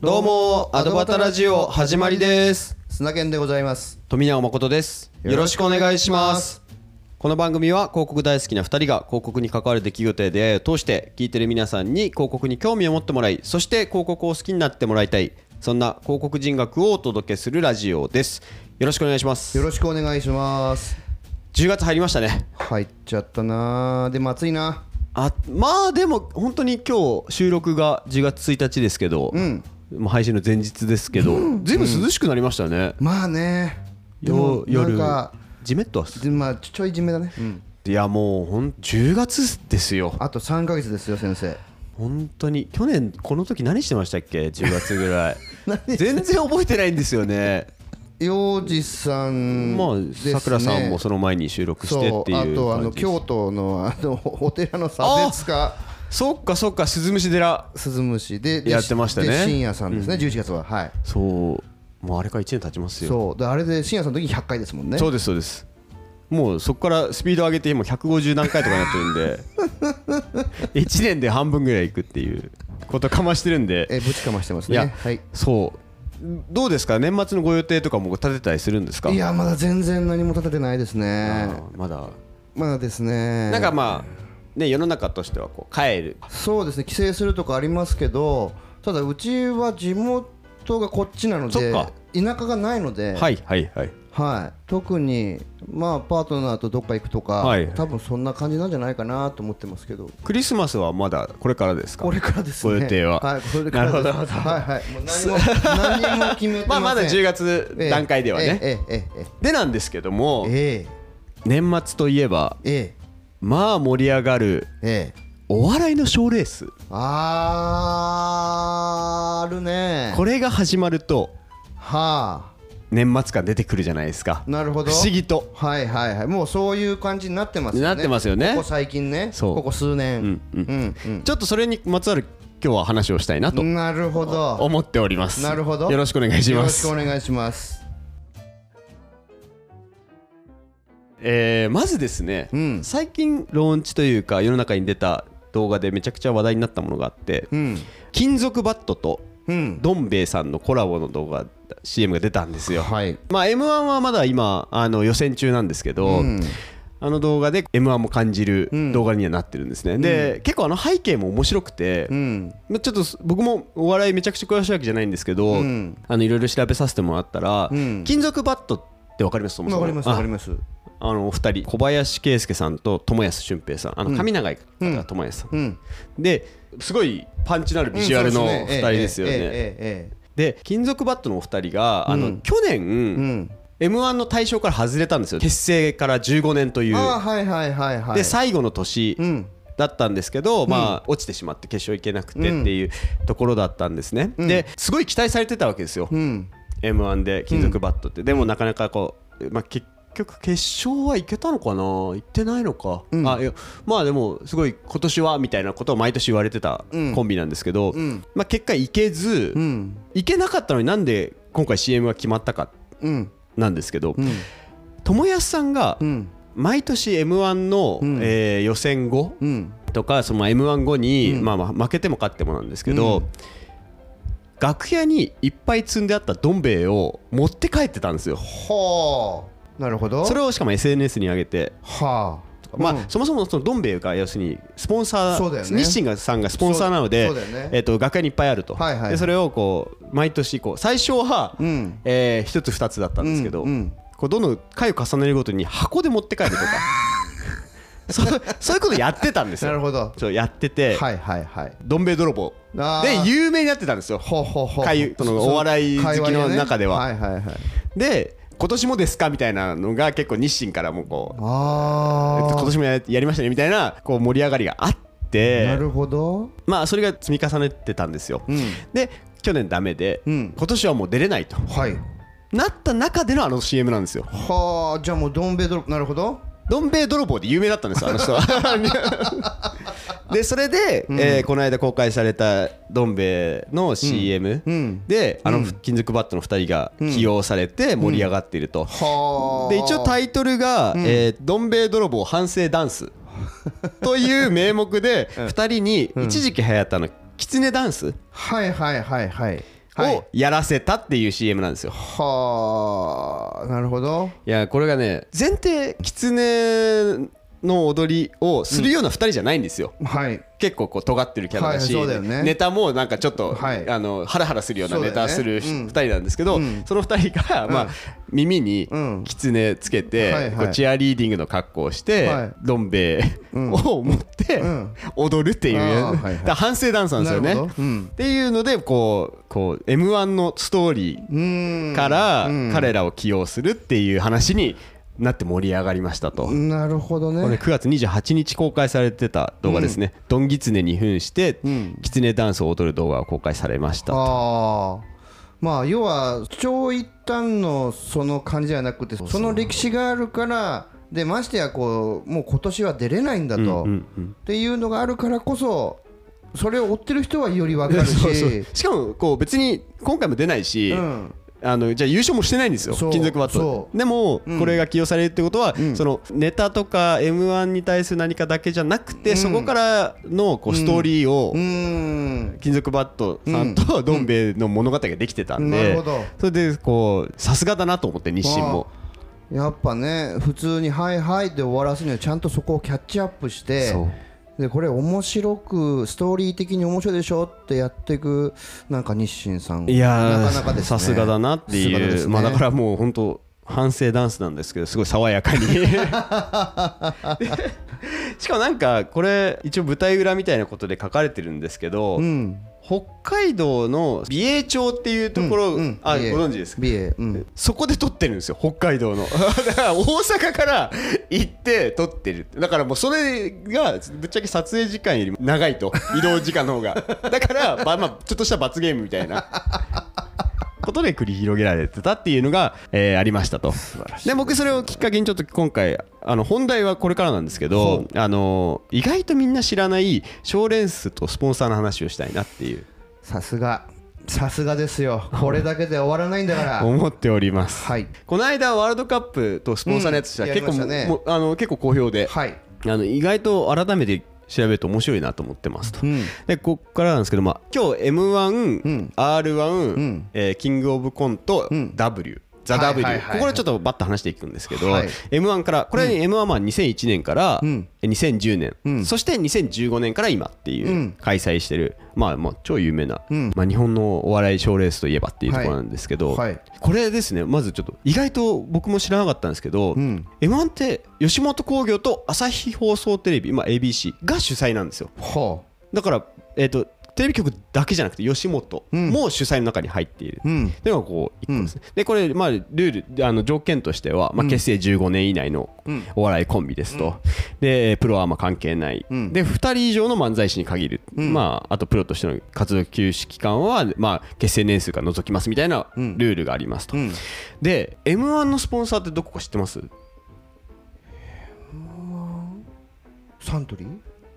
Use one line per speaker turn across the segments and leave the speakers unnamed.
どうもアドバタラジオ始まりです
砂犬でございます
富永誠ですよろしくお願いしますこの番組は広告大好きな2人が広告に関わる出来事や出会いを通して聞いてる皆さんに広告に興味を持ってもらいそして広告を好きになってもらいたいそんな広告人学をお届けするラジオですよろしくお願いします
よろしくお願いします
10月入りましたね
入っちゃったなーでも暑いな
あまあでも本当に今日収録が10月1日ですけど、
ん
まあ配信の前日ですけど、ずいぶん涼しくなりましたね、
まあねで
よ
も
夜
なんか
じめっとはす
でまあちょちょいじめだね、
いやもうほん10月ですよ
あと3ヶ月ですよ先生
本当に去年この時何してましたっけ10月ぐ らい全然覚えてないんですよね
洋治さん
ま
です、
あ
ね、
さくらさんもその前に収録してっていう
そうあとあ
感
の
じです
京都のあの おお寺の差別化
そっかそっか鈴虫寺
鈴虫でで
やってましたね
で深夜さんですね、11月ははい
そうもうあれから1年経ちますよ
そうであれで深夜さんの時に100回ですもんね
そうですそうですもうそこからスピード上げて今150何回とかにな ってるんで1年で半分ぐらいいくっていうことかましてるんで
えぶちかましてます
い
ね
や、
はい
そうどうですか年末のご予定とかも立てたりするんですか
いやまだ全然何も立ててないですね
あーまだ
まだですね
なんかまあね世の中としてはこう帰る
そうですね帰省するとかありますけどただうちは地元がこっちなの
そっ
で
か
田舎がないので、
はいはいはい
はい特にまあパートナーとどっか行くとか、
はい
多分そんな感じなんじゃないかなと思ってますけど
クリスマスはまだこれからですか
これからですね
ご予定は
はいこれからです
なるほど
はいはいもう何も何も決めてません
まあまだ10月
ええ
段階ではね、
ええええ
でなんですけども
え
年末といえば
えええ
まあ盛り上がる
ええ
お笑いの賞ーレース
あーあるね
これが始まると
は
年末感出てくるじゃないですか
あなるほど
不思議と
はいはいはいもうそういう感じになってますよね
なってますよね
ここ最近ね
そう
ここ数年うんうん
ちょっとそれにまつわる今日は話をしたいなと
なるほど
思っております
なるほど
よろしくお願いし
よ
ま
ろし
す
くお願いします
えーまずですね、
うん
最近ローンチというか世の中に出た動画でめちゃくちゃ話題になったものがあって、
うん
金属バットと
うん
どん兵衛さんのコラボの動画 CM が出たんです よ、
はい
まあ、m 1はまだ今あの予選中なんですけど、
うん
あの動画で m 1も感じる動画にはなってるんですね、で結構あの背景も面白くて、
うん
まあちょっとす僕もお笑いめちゃくちゃ詳しいわけじゃないんですけど、
ん
あのいろいろ調べさせてもらったら、
うん
金属バットってわかりますそもそ
わ
も
かります
あ
わかります
あのお二人小林圭介さんと友安俊平さんあの髪長い方が友安さん、
うん
ですごいパンチのあるビジュアルの二人ですよね、
ええええええええ
で金属バットのお二人があの、去年、
ん
m 1の対象から外れたんですよ結成から15年という、
ああはいはいはいはい
で最後の年、
うん
だったんですけど、まあ、落ちてしまって決勝行けなくてっていうところだったんですね、ですごい期待されてたわけですよ、
うん
m 1で金属バットって、でもなかなかこう、まあ、結局決勝は行けたのかな行ってないのか、あいやまあでもすごい今年はみたいなことを毎年言われてたコンビなんですけど、まあ、結果行けず、
うん
行けなかったのになんで今回 CM が決まったか
うん
なんですけど、
ん
友安さんが
うん
毎年 m 1の、えー予選後、
うん
とかその m 1後に、まあ、まあ負けても勝ってもなんですけど、楽屋にいっぱい積んであったどん兵衛を持って帰ってたんですよ
はあなるほど
それをしかも SNS に上げて、
はあ
ま
うん
あ、そもそもそのどん兵衛が要するにスポンサ
そうだよ
ー、
ね
日清がさんがスポンサーなので
そうそうだよね
えっと楽屋にいっぱいあると、
はいはい
でそれをこう毎年こう最初は、
ん
えー一つ二つだったんですけど、
うんうん
こうどんどん回を重ねるごとに箱で持って帰ると かそうそういうことやってたんですよ
なるほど
そうやってて、
はいはいはい
どん兵衛泥棒
あー
で有名になってたんですよ
ほうほうほう
かゆそのお笑い好きの中では
会話ねはいはいはい
で今年もですかみたいなのが結構日清からもこうえっと
ああ
今年もややりましたねみたいなこう盛り上がりがあって
なるほど
まあそれが積み重ねてたんですよ、
うん
で去年ダメで、
うん
今年はもう出れないと
はい
なった中でのあの CM なんですよ
はあじゃあもうどんべえ泥なるほど
どん兵衛泥棒で有名だったんですよあの人は でそれで、えーこの間公開されたどん兵衛の CM
うん
で、あの金属バットの2人が起用されて盛り上がっていると、
はあ
で一応タイトルが「えーどん兵衛泥棒反省ダン ス」という名目で2人に一時期流行ったあの「キツネダンス」
はいはいはいはいはい
をやらせたっていう CM なんですよ。
はあなるほど
いやこれがね前提狐の踊りをするような2人じゃないんですよ。
はい
結構こう尖ってるキャラだし、
はいそうだよね
ネタもなんかちょっと、
はい
あのハラハラするような
そうだ
ネ
よね
タする
うん
2人なんですけどそ,、
うん
の2人が、まあ、耳に
うん
狐つけて、
はいはい
こうチアリーディングの格好をして、
はい
どん兵衛
ん
を持って、
うん
踊るっていう、
あーはいはい
だから反省ダンスなんですよ
な
ね
るほ。どうん
っていうのでこうこう m 1のストーリー
うーん
から
うん
彼らを起用するっていう話になって盛り上がりましたと。
なるほど
これ
ね
9月28日公開されてた動画ですね、ドンギツネに扮して、
ん
キツネダンスを踊る動画が公開されました
ああまあ要は超一端のその感じじゃなくてその歴史があるからでましてやこうもう今年は出れないんだと、
うんうん
っていうのがあるからこそそれを追ってる人はより分かる し
そうそうしかもこう別に今回も出ないし、
うん
あのじゃあ優勝もしてないんですよ
そう
金属バット
そ
でも
うん
これが起用されるってことは、そのネタとか m 1に対する何かだけじゃなくて、そこからのこうストーリーを
うーん
金属バットさんとどん兵衛の物語ができてたん
な
で、
るほど
それでこうさすがだなと思って日清も
やっぱね普通に「はいはい」で終わらすにはちゃんとそこをキャッチアップして
そう
でこれ面白くストーリー的に面白いでしょってやっていくなんか日清さん
いやー
なかなかですね
さすがだなって
さすが
いう、
ですね
まあだからもう本当反省ダンスなんですけどすごい爽 やかにしかもなんかこれ一応舞台裏みたいなことで書かれてるんですけど、
うん
北海道の美瑛町っていうところ、
うん
あご
美瑛
存知ですか
BA うん
そこで撮ってるんですよ北海道 のだから大阪から行って撮ってるだからもうそれがぶっちゃけ撮影時間よりも長い と移動時間の方がだから、まあまあ、ちょっとした罰ゲームみたいなことで繰り広げられてたっていうのが、えーありましたとで僕それをきっかけにちょっと今回あの本題はこれからなんですけどあの意外とみんな知らない賞レースとスポンサーの話をしたいなっていう
さすがさすがですよこれだけで終わらないんだから
思っております
はい
この間ワールドカップとスポンサーのやつしたら
うん
結構、
やりましたね
もうあの結構好評で、
はい
あの意外と改めて調べると面白いなと思ってますと、
うん
でここからなんですけど、まあ、今日 m 1、
うん
r 1、
ん
えーキングオブコント、
ん
W ザ
はい
W、
はいはいはい
ここでちょっとバッと話していくんですけど、
はい
m 1からこれ m 1は2001年から
うん
2010年、
うん
そして2015年から今っていう、
うん
開催してる、まあ、まあ超有名な、
うん
まあ、日本のお笑い賞レースといえばっていうところなんですけど、
はい
これですねまずちょっと意外と僕も知らなかったんですけど、
うん
m 1って吉本興業と朝日放送テレビ、まあ、ABC が主催なんですよ
ほ
だから、えー、とテレビ局だけじゃなくて吉本も主催の中に入っている、
ううん
ではこう一個ですね、でこれまあルールあの条件としては、まあ、結成15年以内の
うん
お笑いコンビですと、でプロはまあ関係ない、
うん
で2人以上の漫才師に限る、
ん
まあ、あとプロとしての活動休止期間は、まあ、結成年数が除きますみたいなル
ん
ールがありますと、
うん
で m 1のスポンサーってどこか知ってます
サントリー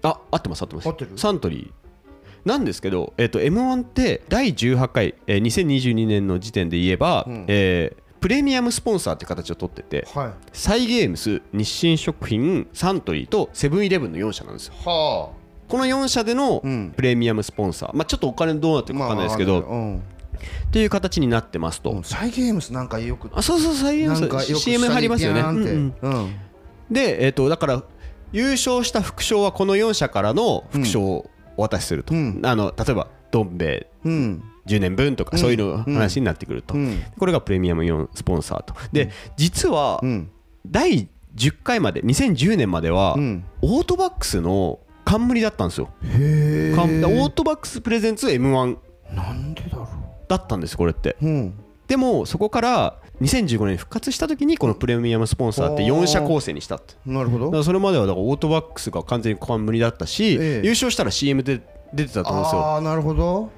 あ合ってます合ってます
合ってる
サントリーなんですけど、えっと m 1って第18回、えー2022年の時点で言えば、
うん
えープレミアムスポンサーって形を取ってて
はい
サイ・ゲームス日清食品サントリーとセブンイレブンの4社なんですよ
は
この4社での
うん
プレミアムスポンサー、まあ、ちょっとお金どうなって
あ
るか分かんないですけど、
うん
っていう形になってますと、
うんサイ・ゲームスなんかよく
あそうそうサイ・ゲー
な
ム
んかよ
ス
く
CM 入りますよね、
下にピャ
うんう
ーン
ん
ってうん
で、えっとだから優勝した副賞はこの4社からの副賞をお渡しすると、
うん
あの例えばどん兵衛
うん
10年分とかそういうの話になってくると、
うん
これがプレミアムイオンスポンサーとで実は
うん
第10回まで2010年までは、
うん
オートバックスの冠だったんですよ、
へえ
冠オートバックスプレゼンツ m 1
なんでだろ
だったんですこれって
ううん
でもそこから2015年に復活した時にこのプレミアムスポンサーって4社構成にしたって
なるほ
だか
ど
らそれまではだからオートバックスが完全に冠だったし、
ええ
優勝したら CM で出てたと思うんですよ
ああなるほど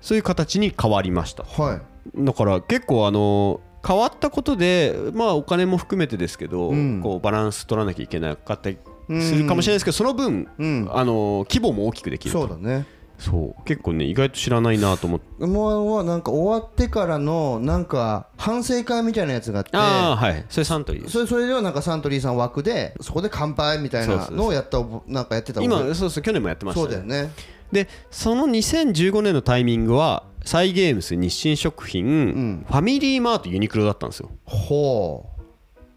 そういう形に変わりました
はい
だから結構あの変わったことでまあお金も含めてですけど、
うん
こうバランス取らなきゃいけなかったり
うん
するかもしれないですけどその分、
うん
あの規模も大きくできる
そうだね
そう結構ね意外と知らないなと思って
M−1 はなんか終わってからのなんか反省会みたいなやつがあって
ああはいそれサントリーです
それそれではなんかサントリーさん枠でそこで乾杯みたいなのをやった覚なんかやってた覚え
今そうそう去年もやってました
そうだよね
でその2015年のタイミングはサイ・ゲームス日清食品、ファミリーマートユニクロだったんですよ
ほ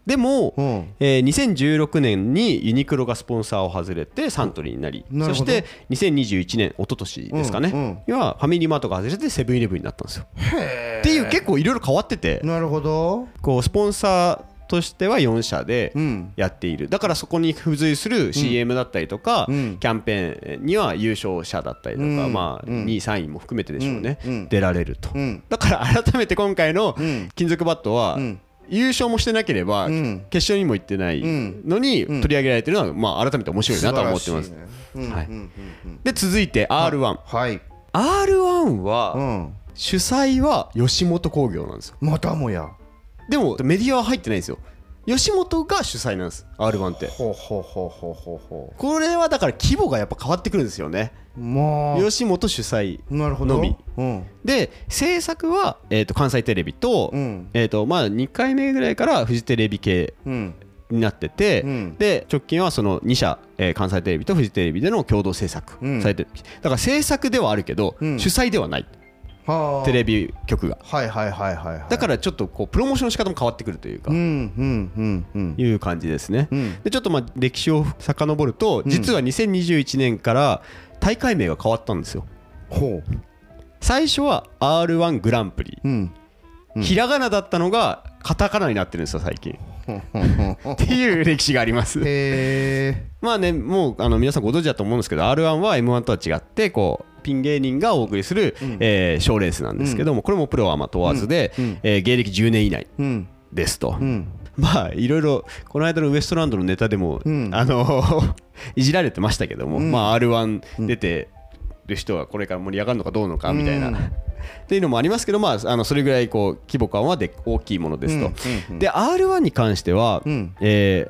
でも、
ううん
えー2016年にユニクロがスポンサーを外れてサントリーになり、
なる
そし
ほど
て2021年一昨年ですかね、
うんうん
要はファミリーマートが外れてセブンイレブンになったんですよ。
へ
っていう結構いろいろ変わってて
えなるほど
こうスポンサーとしては4社で
うん
やっているだからそこに付随する CM だったりとか、
うん
キャンペーンには優勝者だったりとか、
うん
まあ、
う
2
ん
位3位も含めてでしょうね、
うんうん
出られると、
うん
だから改めて今回の
うん
金属バットは、
うん
優勝もしてなければ、
うん
決勝にも行ってない
うん
のに取り上げられてるのは、まあ、改めて面白いなとは思ってます。
素晴らしいねうん
はい
うんうんうん
で続いて R1、
はい、
R1
う
は
ん、
主催は吉本興業なんですよ
またもや
でもメディアは入ってないんですよ吉本が主催なんです R1 って
ほうほうほうほうほうほ
これはだから規模がやっぱ変わってくるんですよね
うまあ
吉本主催
なるほど
のみ
うん
で制作は、えー、と関西テレビと,、
うん
えーとまあ、2回目ぐらいからフジテレビ系
うん
になってて、
うん
で直近はその2社、えー関西テレビとフジテレビでの共同制作
うん
されてる、だから制作ではあるけど、
うん
主催ではない
はあ
テレビ局が
はいはいはいはいはい
だからちょっとこうプロモーションの仕方も変わってくるというか、
うんうんうんうん
いう感じですね、
うん
でちょっとまあ歴史を遡ると実は2021年から大会名が変わったんですよ
ほ
最初は r 1グランプリ
ううん
ひらがなだったのがカタカナになってるんですよ最近っていう歴史があり ます
へえ
まあねもうあの皆さんご存知だと思うんですけど r 1は m 1とは違ってこうピン芸人がお送りするえー賞、レースなんですけども、これもプロはまあ問わずで、えー芸歴10年以内
うん
ですと、
うん
まあいろいろこの間のウエストランドのネタでも、
うん
あの いじられてましたけども、まあ r 1出てる人はこれから盛り上がるのかどうなのかみたいな、
うん
っていうのもありますけど、まあ、あのそれぐらいこう規模感はで大きいものですと、
うんうんうん
で r 1に関しては
うん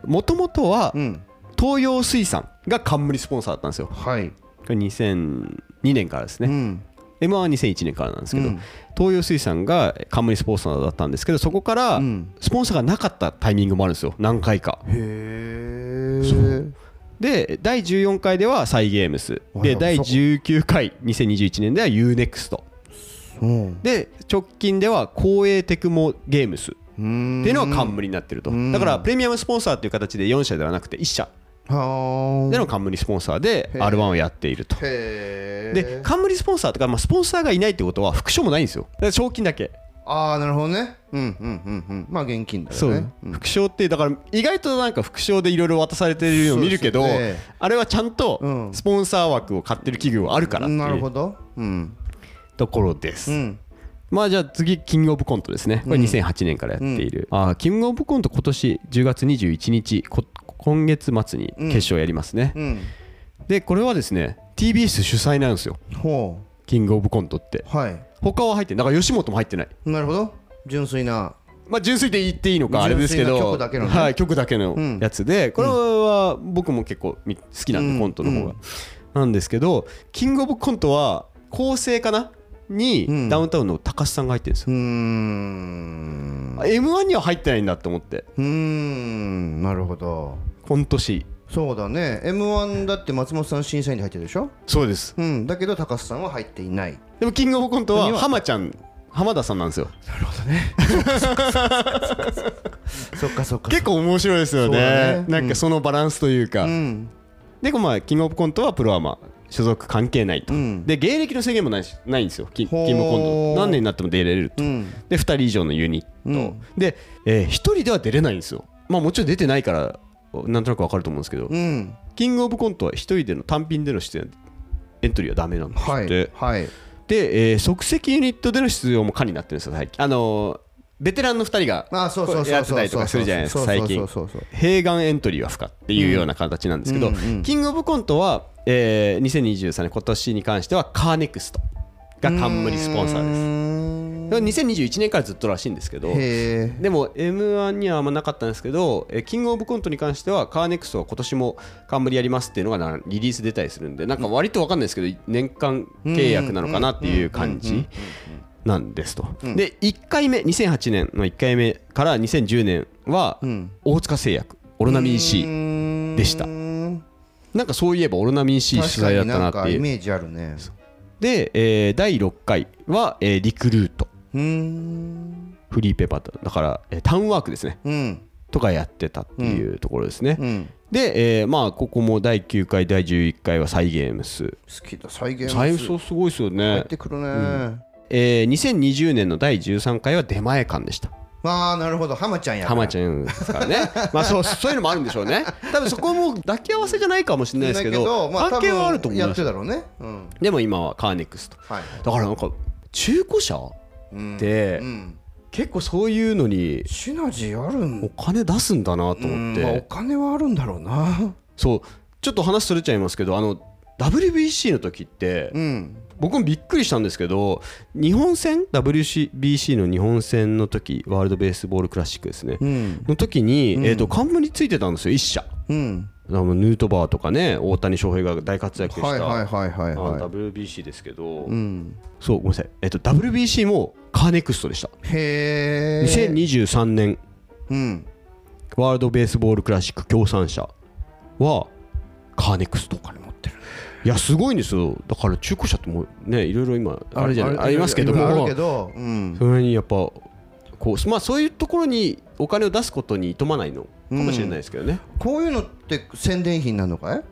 もともとは
うん
東洋水産が冠スポンサーだったんですよこ
はい
れ2002年からですね、
うん
m 1は2001年からなんですけど、
うん
東洋水産が冠スポンサーだったんですけどそこから
ん
スポンサーがなかったタイミングもあるんですよ何回か
へえ
で第14回ではサイ・ゲームス
あ
で
ら
第
そこ
19回2021年では UNEXT
うん
で直近では光栄テクモゲームス
う
っ
ん
ていうのは冠になってると
うん
だからプレミアムスポンサーっていう形で4社ではなくて1社
はあ
での冠スポンサーで
へえ
R1 をやっていると
へえ
で冠スポンサーとか、まあ、スポンサーがいないってことは副賞もないんですよだから賞金だけ
ああなるほどねうんうんうんうんまあ現金だよねん
副賞ってだから意外となんか副賞でいろいろ渡されてるのを見るけど、
そうですね
あれはちゃん
う
と
ん
スポンサー枠を買ってる企業があるからって
なる
い
ほ
う
どうん
ところです、
うん
まあじゃあ次キングオブコントですねこれ2008年からやっている、あーキングオブコント今年10月21日こ今月末に決勝やりますね、
うん
でこれはですね TBS 主催なんですよ
ほ
キングオブコントって
うはい
他は入ってないだから吉本も入ってない
なるほど純粋な
まあ純粋で言っていいのかあれですけど
純粋な曲だけのね
はい曲だけの
うん
やつでこれは僕も結構み好きなん
う
で
ん
コントの方
う
がなんですけどキングオブコントは構成かな
う
に
ん
ダウンタウンの高須さんが入ってるんです
う
よ
ーん
m 1には入ってないんだって思って
うーんなるほど
今年
そうだね m 1だって松本さん審査員で入ってるでしょ
そうです
うんだけど高須さんは入っていない
でもキングオブコントは浜ちゃん浜田さんなんですよ
そっかそっか
結構面白いですよ
そうだ
ね
ね
なんかそのバランスというか
うん
でまあキングオブコントはプロアマ所属関係ないと、
うん
で芸歴の制限もないしないんですよキンキ
ほー
ングオブコント何年になっても出れる
う
と、
ん
で2人以上のユニット、
うん
で、え1人では出れないんですよまあもちろん出てないからなんとなくわかると思うんですけど、
うん
キングオブコントは1人での単品での出演エントリーはダメなんですって、
はいはい
で、えー即席ユニットでの出場も可になってるんですよ最近あのーベテランの2人が
あそうそうそうそう
やってたりとかするじゃないですか
そうそう
最近
そうそうそう
併願エントリーは不可っていうような形なんですけど、
うんうんうん
キングオブコントは、えー2023年今年に関してはカーネクストが冠スポンサー
う
です
ーん
でも2021年からずっとらしいんですけど
へえ
でも m 1にはあんまなかったんですけど、えーキングオブコントに関してはカーネクストは今年も冠やりますっていうのがなリリース出たりするんでなんか割と分かんないですけど年間契約なのかなっていう感じなんですと、で1回目2008年の1回目から2010年は
ん
大塚製薬オロナミン C、で
で
したなんかそういえばオロナミン C 取材だったな
確
って
かになんかイ
いう
メージあるね
で、えー第6回は、えーリクルート
うーん
フリーペーパーとだから、えータウンワークですね
うん
とかやってたっていうところですね、
うん
で、えーまあここも第9回第11回はサイ・ゲームス
好きだ再現
サイ・ゲームスすごいですよ
入
ね
っ、てくるね、
えー2020年の第13回は出前館でした
ああなるほど浜ちゃんや
ハマ
ち
ちゃんですから ねまあそうそういうのもあるんでしょうね多分そこも抱き合わせじゃないかもしれないですけど関係はあると思い
や
ま
っ
す
てたろうねうん
でも今はカーネクスト
はい
だからなんか中古車
うん
で
うん
結構そういうのに
シナジーあるん
お金出すんだなと
う
思っ
んまあお
て
金はあるんだろうな
そうちょっと話それちゃいますけどあの WBC の時って
うん
僕もびっくりしたんですけど日本戦 WBC の日本戦の時ワールド・ベースボール・クラシックですね
うん
の時にえーと冠ついてたんですよ一社
うん
あのヌートバーとかね大谷翔平が大活躍した、
はいはいはいはい
あの
はい
WBC ですけど、
うん
そうごめんなさい、えっと、WBC もカーネクストでした、
へえ
2023年
うん
ワールド・ベースボール・クラシック協賛社はカーネクスト
お金持ってるね
いやすごいんですよだから中古車ってもうねいろいろ今あれじゃないありますけど
いろいろあ
も
るけどうん
それにやっぱこうまあそういうところにお金を出すことにいとまないのかもしれないですけどね、
こういうのって宣伝品なのかい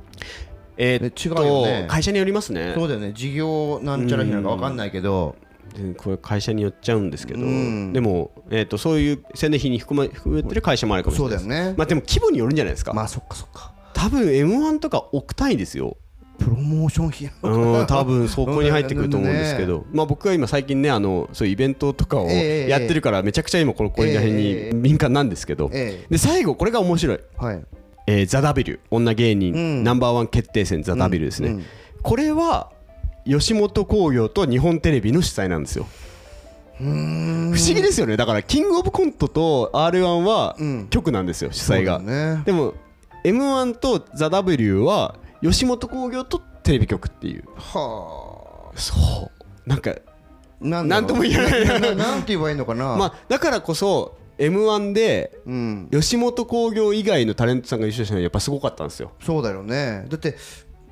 え
ね
ー
違う
っ
よ
と、
ね
会社によりますね
そうだよね事業なんちゃら品なんかわかんないけど
でこれ会社によっちゃうんですけど、
うん
でも、えー、とそういう宣伝費に含ま含めてる会社もあるかもし
そ
れない
うだ
で
よ
す
ね
まあでも規模によるんじゃないですか、
まあそっかそっか
多分 m 1とか億単位ですよ
プロモーション費
うん多分そこに入ってくると思うんですけど、まあ、僕は今最近ねあのそういうイベントとかを
ええ
やってるからめちゃくちゃ今このこれら辺
え
に敏感なんですけど、
え
で最後これが面白い
えはい
「えー、ザ・ w 女芸人、
うん
ナンバーワン決定戦ザ・ w ですね、
うん
これは吉本興業と日本テレビの主催なんですよ
うーん
不思議ですよねだからキングオブコントと r 1は
うん
局なんですよ主催が、
そうだよね
でも m 1と「ザ・ w は吉本興業とテレビ局っていう
は
そうなんか
あなんだ
な
ろうん
とも言えない
なななんて言えばいいのか な
まあだからこそ m 1で
うん
吉本興業以外のタレントさんが優勝したのはやっぱすごかったんですよ
そうだよねだって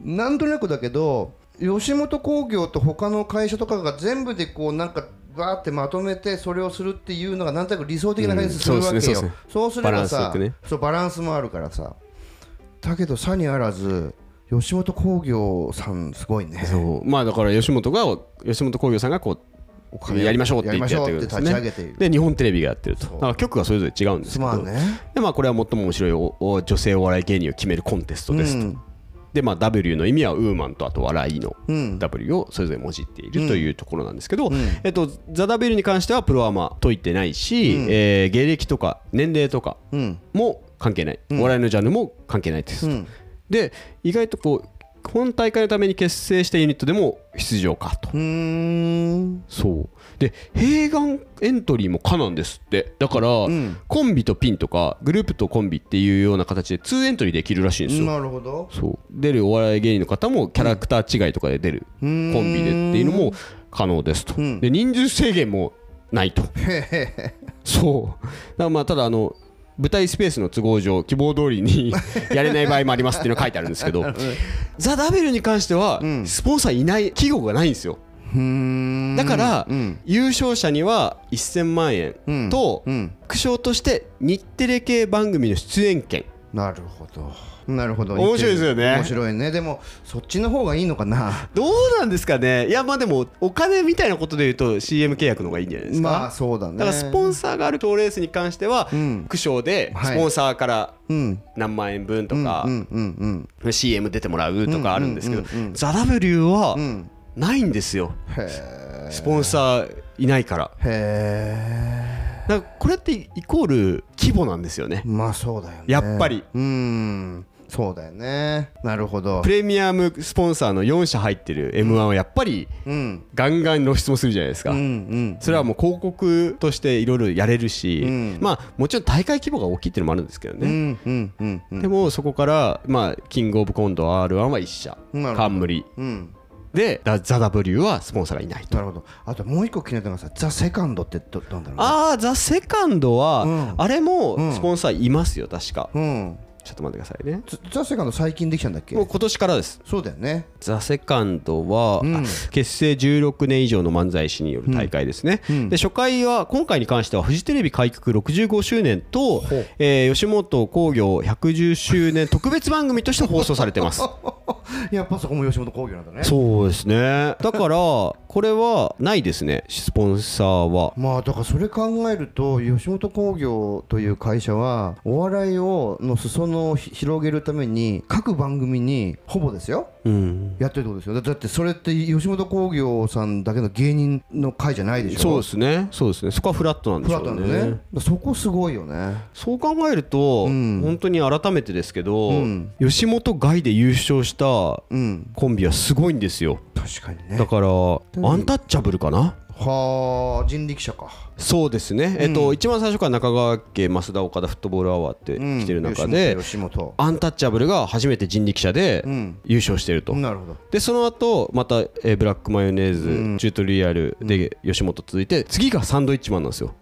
なんとなくだけど吉本興業と他の会社とかが全部でこうなんかバーってまとめてそれをするっていうのがなんとなく理想的な感じするわけよ、
うんそう
そ
で
う
すねそうですねバラ
すれば
ンスよ
さ
くね
そうバランスもあるからさだけどさにあらず吉本興業さんすごいね
そうまあだから吉本が吉本興業さんがこうやりましょうって言ってやってるんです
やりましょうって立ち上げ
ね
ている
で日本テレビがやってると
そう
だから局がそれぞれ違うんですすけ
ま
ど
んね
でまあこれは最も面白いおお女性お笑い芸人を決めるコンテストですと、
うん
でまあ W の意味はウーマンとあと笑いの
うん
W をそれぞれもじっているというところなんですけど、
うん
えっと、ザ・ダビルに関してはプロアマ解いてないし、えー芸歴とか年齢とか
うん
も関係ない、お笑いのジャンルも関係ないです、
うん
で意外とこう本大会のために結成したユニットでも出場かと、
うーん
そうで併願エントリーも可なんですってだから、
ん
コンビとピンとかグループとコンビっていうような形で2エントリーできるらしいんですよ、
なるほど
そう出るお笑い芸人の方もキャラクター違いとかで出るコンビでっていうのも可能ですと、
ん
で人数制限もないとそうだからまあただあの舞台スペースの都合上希望通り にやれない場合もありますっていうのが書いてあるんですけど「ザ・ダベルに関してはスポンサーいない企業がないんですよ
うーん
だから
うん
優勝者には1000万円と
うん
副賞として日テレ系番組の出演権
なるほどなるほど
面白いですよね
面白いねでもそっちの方がいいのかな
どうなんですかねいやまあでもお金みたいなことで言うと CM 契約の方がいいんじゃないですか、
まあそうだね
だからスポンサーがある賞レースに関しては
うん
副賞で
はい
スポンサーから
うん
何万円分とか
うんうんうん
CM 出てもらうとかあるんですけど
うんうんうんう
「
ん
ザ・ w は
うん
ないんですよ
へ
スポンサーいないから
えへ
だからこれってイコール規模なんですよね
えまあそうだよね
やっぱり
うーんそうだよねなるほど
プレミアムスポンサーの4社入ってる m 1はやっぱり
うん
ガンガン露出もするじゃないです
う
か
んうん
それはもう広告としていろいろやれるし、
うん
まあもちろん大会規模が大きいっていうのもあるんですけど
う
ね、
んうんうんうん
でもそこから、まあ、キングオブコント r 1は1社
なるほど
冠
うん
でだザ・ W はスポンサーがいないと
なるほどあともう一個気になったのがさ「ザ・セカンドってどどうなんだろうね
ああザ・セカンドは、
うん
あれ
う
も
ん
スポンサーいますよ確か、
うん
ちょっと待ってくださいね
つザ・セカンド最近できたんだっけ
もう今年からです
そうだよね
ザ・セカンドは、あ結成16年以上の漫才師による大会ですね、で初回は今回に関してはフジテレビ開局65周年と、えー吉本興業110周年特別番組として放送されてます
やっぱそこも吉本興業なんだね
そうですねだからこれはないですねスポンサーは
まあだからそれ考えると吉本興業という会社はお笑いをの裾野をひ広げるために各番組にほぼですよ
うん
やってるってことですよだだってそれって吉本興業さんだけの芸人の会じゃないでしょ
そうですねそうですねそこはフラットなんで
フ
し
ラ
ょ
ットな
うんね
だねだからそこすごいよね
そう考えると、本当に改めてですけど、
うん
吉本外で優勝したコ
うん
ンビはすごいんですよ
確かにね
だからアンタッチャブルかな
はあ人力車か
そうですね、えっと一番最初から中川家増田岡田フットボールアワーって
うん
来てる中で、
吉本吉
アンタッチャブルが初めて人力車で
ん
優勝してると、
本なるほど
でその後また、えーブラックマヨネーズ、チュートリアルで吉本続いて次がサンドイッチマンなんですよ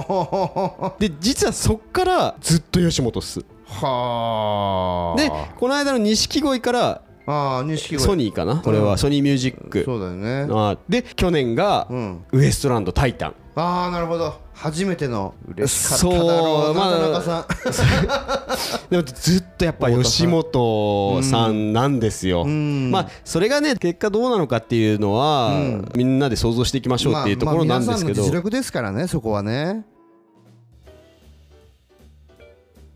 は
で実はそっからずっと吉本っす
あはあ
でこの間の錦鯉から
ああ錦鯉
ソニーかなこれはソニーミュージック
そうだよね
あーで去年が
うん
ウエストランドタイタン
ああなるほど初めての嬉しかっただ
そ
ろ
う
う
まあ
な田中さ
でもずっとやっぱ吉本さんなんですよ、まあそれがね結果どうなのかっていうのは、みんなで想像していきましょ
ん
うっていうところなんですけ
まあ皆さん
ど、
の実力ですからねそこはね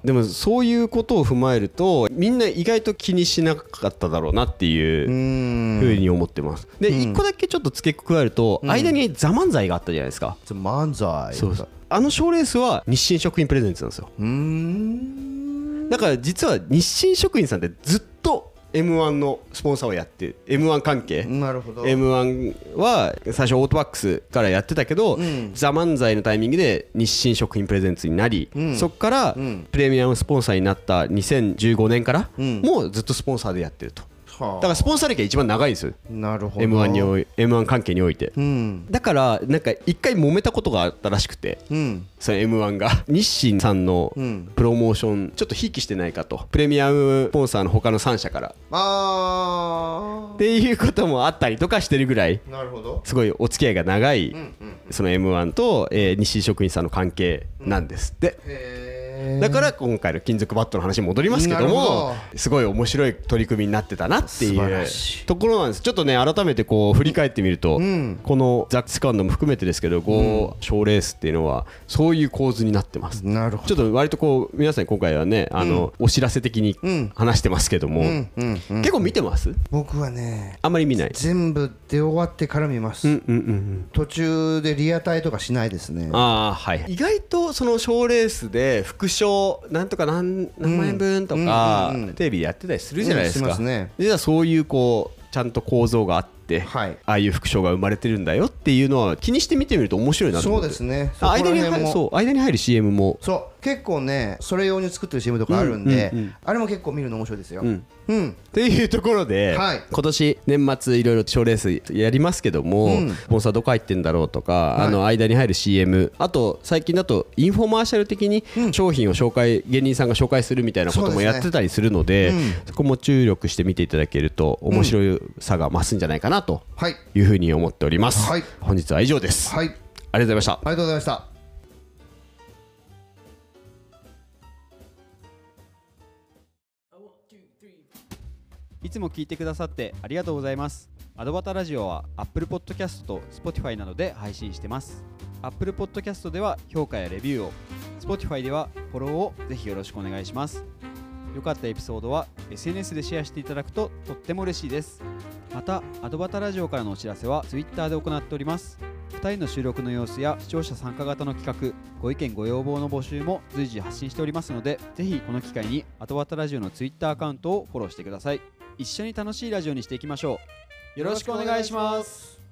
でもそういうことを踏まえるとみんな意外と気にしなかっただろうなっていううふ
ん
うに思ってます、で一個だけちょっと付け加えると、間に「ザ漫才があったじゃないですか、
漫才
そうそうあの賞ーレースは日清食品プレゼンツなんですよ
うーん
だから実は日清食品さんってずっと m 1のスポンサーをやって m 1関係、
なるほど
m 1は最初オートバックスからやってたけど、ザ・漫才のタイミングで日清食品プレゼンツになり、そこからプレミアムスポンサーになった2015年から、もうずっとスポンサーでやってるとだから
は
スポンサー歴が一番長いんですよ
あなるほど
m 1におい m 1関係において、
うん
だからなんか一回揉めたことがあったらしくて
うん
その m 1が 日清さんの
ん
プロモーションちょっとひいきしてないかとプレミアムスポンサーの他の3社から
あ
っていうこともあったりとかしてるぐらい
あなるほど
すごいお付き合いが長い、
うん
その m 1と、えー日清食品さんの関係なんですって、
へえ
だから今回の金属バットの話に戻りますけども
なるほ
すごい面白い取り組みになってたなってい
素晴ら
う
しい
ところなんですちょっとね改めてこう振り返ってみると、
ん
このザック・スカンドも含めてですけどこう賞、レースっていうのはそういう構図になってます。
なるほ
ちょっと割とこう皆さんに今回はねあの、お知らせ的に
ん
話してますけども、
どうんうんうん
結構見てます
僕はね
あんまり見ない
全部出終わってから見ます、
うんうんうん
途中でリアタイとかしないですね
ああはい意外とその賞レースで副賞なんとか何何万円分とか
うんうんうん
テレビでやってたりするじゃないです
うんし
か
ますね
実はそういうこうちゃんと構造があって
はい
ああいう副賞が生まれてるんだよっていうのは気にして見てみると面白いなと
そ
思
う
って
ですねそ
あ
こら
間に
辺
入る
も
そう間に入る CM も
そう結構ねそれ用に作ってる CM とかあるんで、
うんうんうん
あれも結構見るの面白いですよ、うんん
っていうところで、
はい
今年年末いろいろ賞レースやりますけども、
うん
スポンサーどこ入ってんだろうとか、
い
あの間に入る CM あと最近だとインフォマーシャル的に商品を紹介、芸人さんが紹介するみたいなこと
そう
も
ですね
やってたりするのでそこも注力して見ていただけると面白さが増すんじゃないかなと
はい
いうふうに思っております、
はい
本日は以上です、
はいあり
ありがとうございました
がとうございました
いつも聞いてくださってありがとうございます。アドバタラジオは Apple Podcast と Spotify などで配信してます。Apple Podcast では評価やレビューを、Spotify ではフォローをぜひよろしくお願いします。良かったエピソードは SNS でシェアしていただくととっても嬉しいです。また、アドバタラジオからのお知らせは Twitter で行っております。2人の収録の様子や視聴者参加型の企画、ご意見ご要望の募集も随時発信しておりますので、ぜひこの機会にアドバタラジオの Twitter アカウントをフォローしてください。一緒に楽しいラジオにしていきましょうよろしくお願いします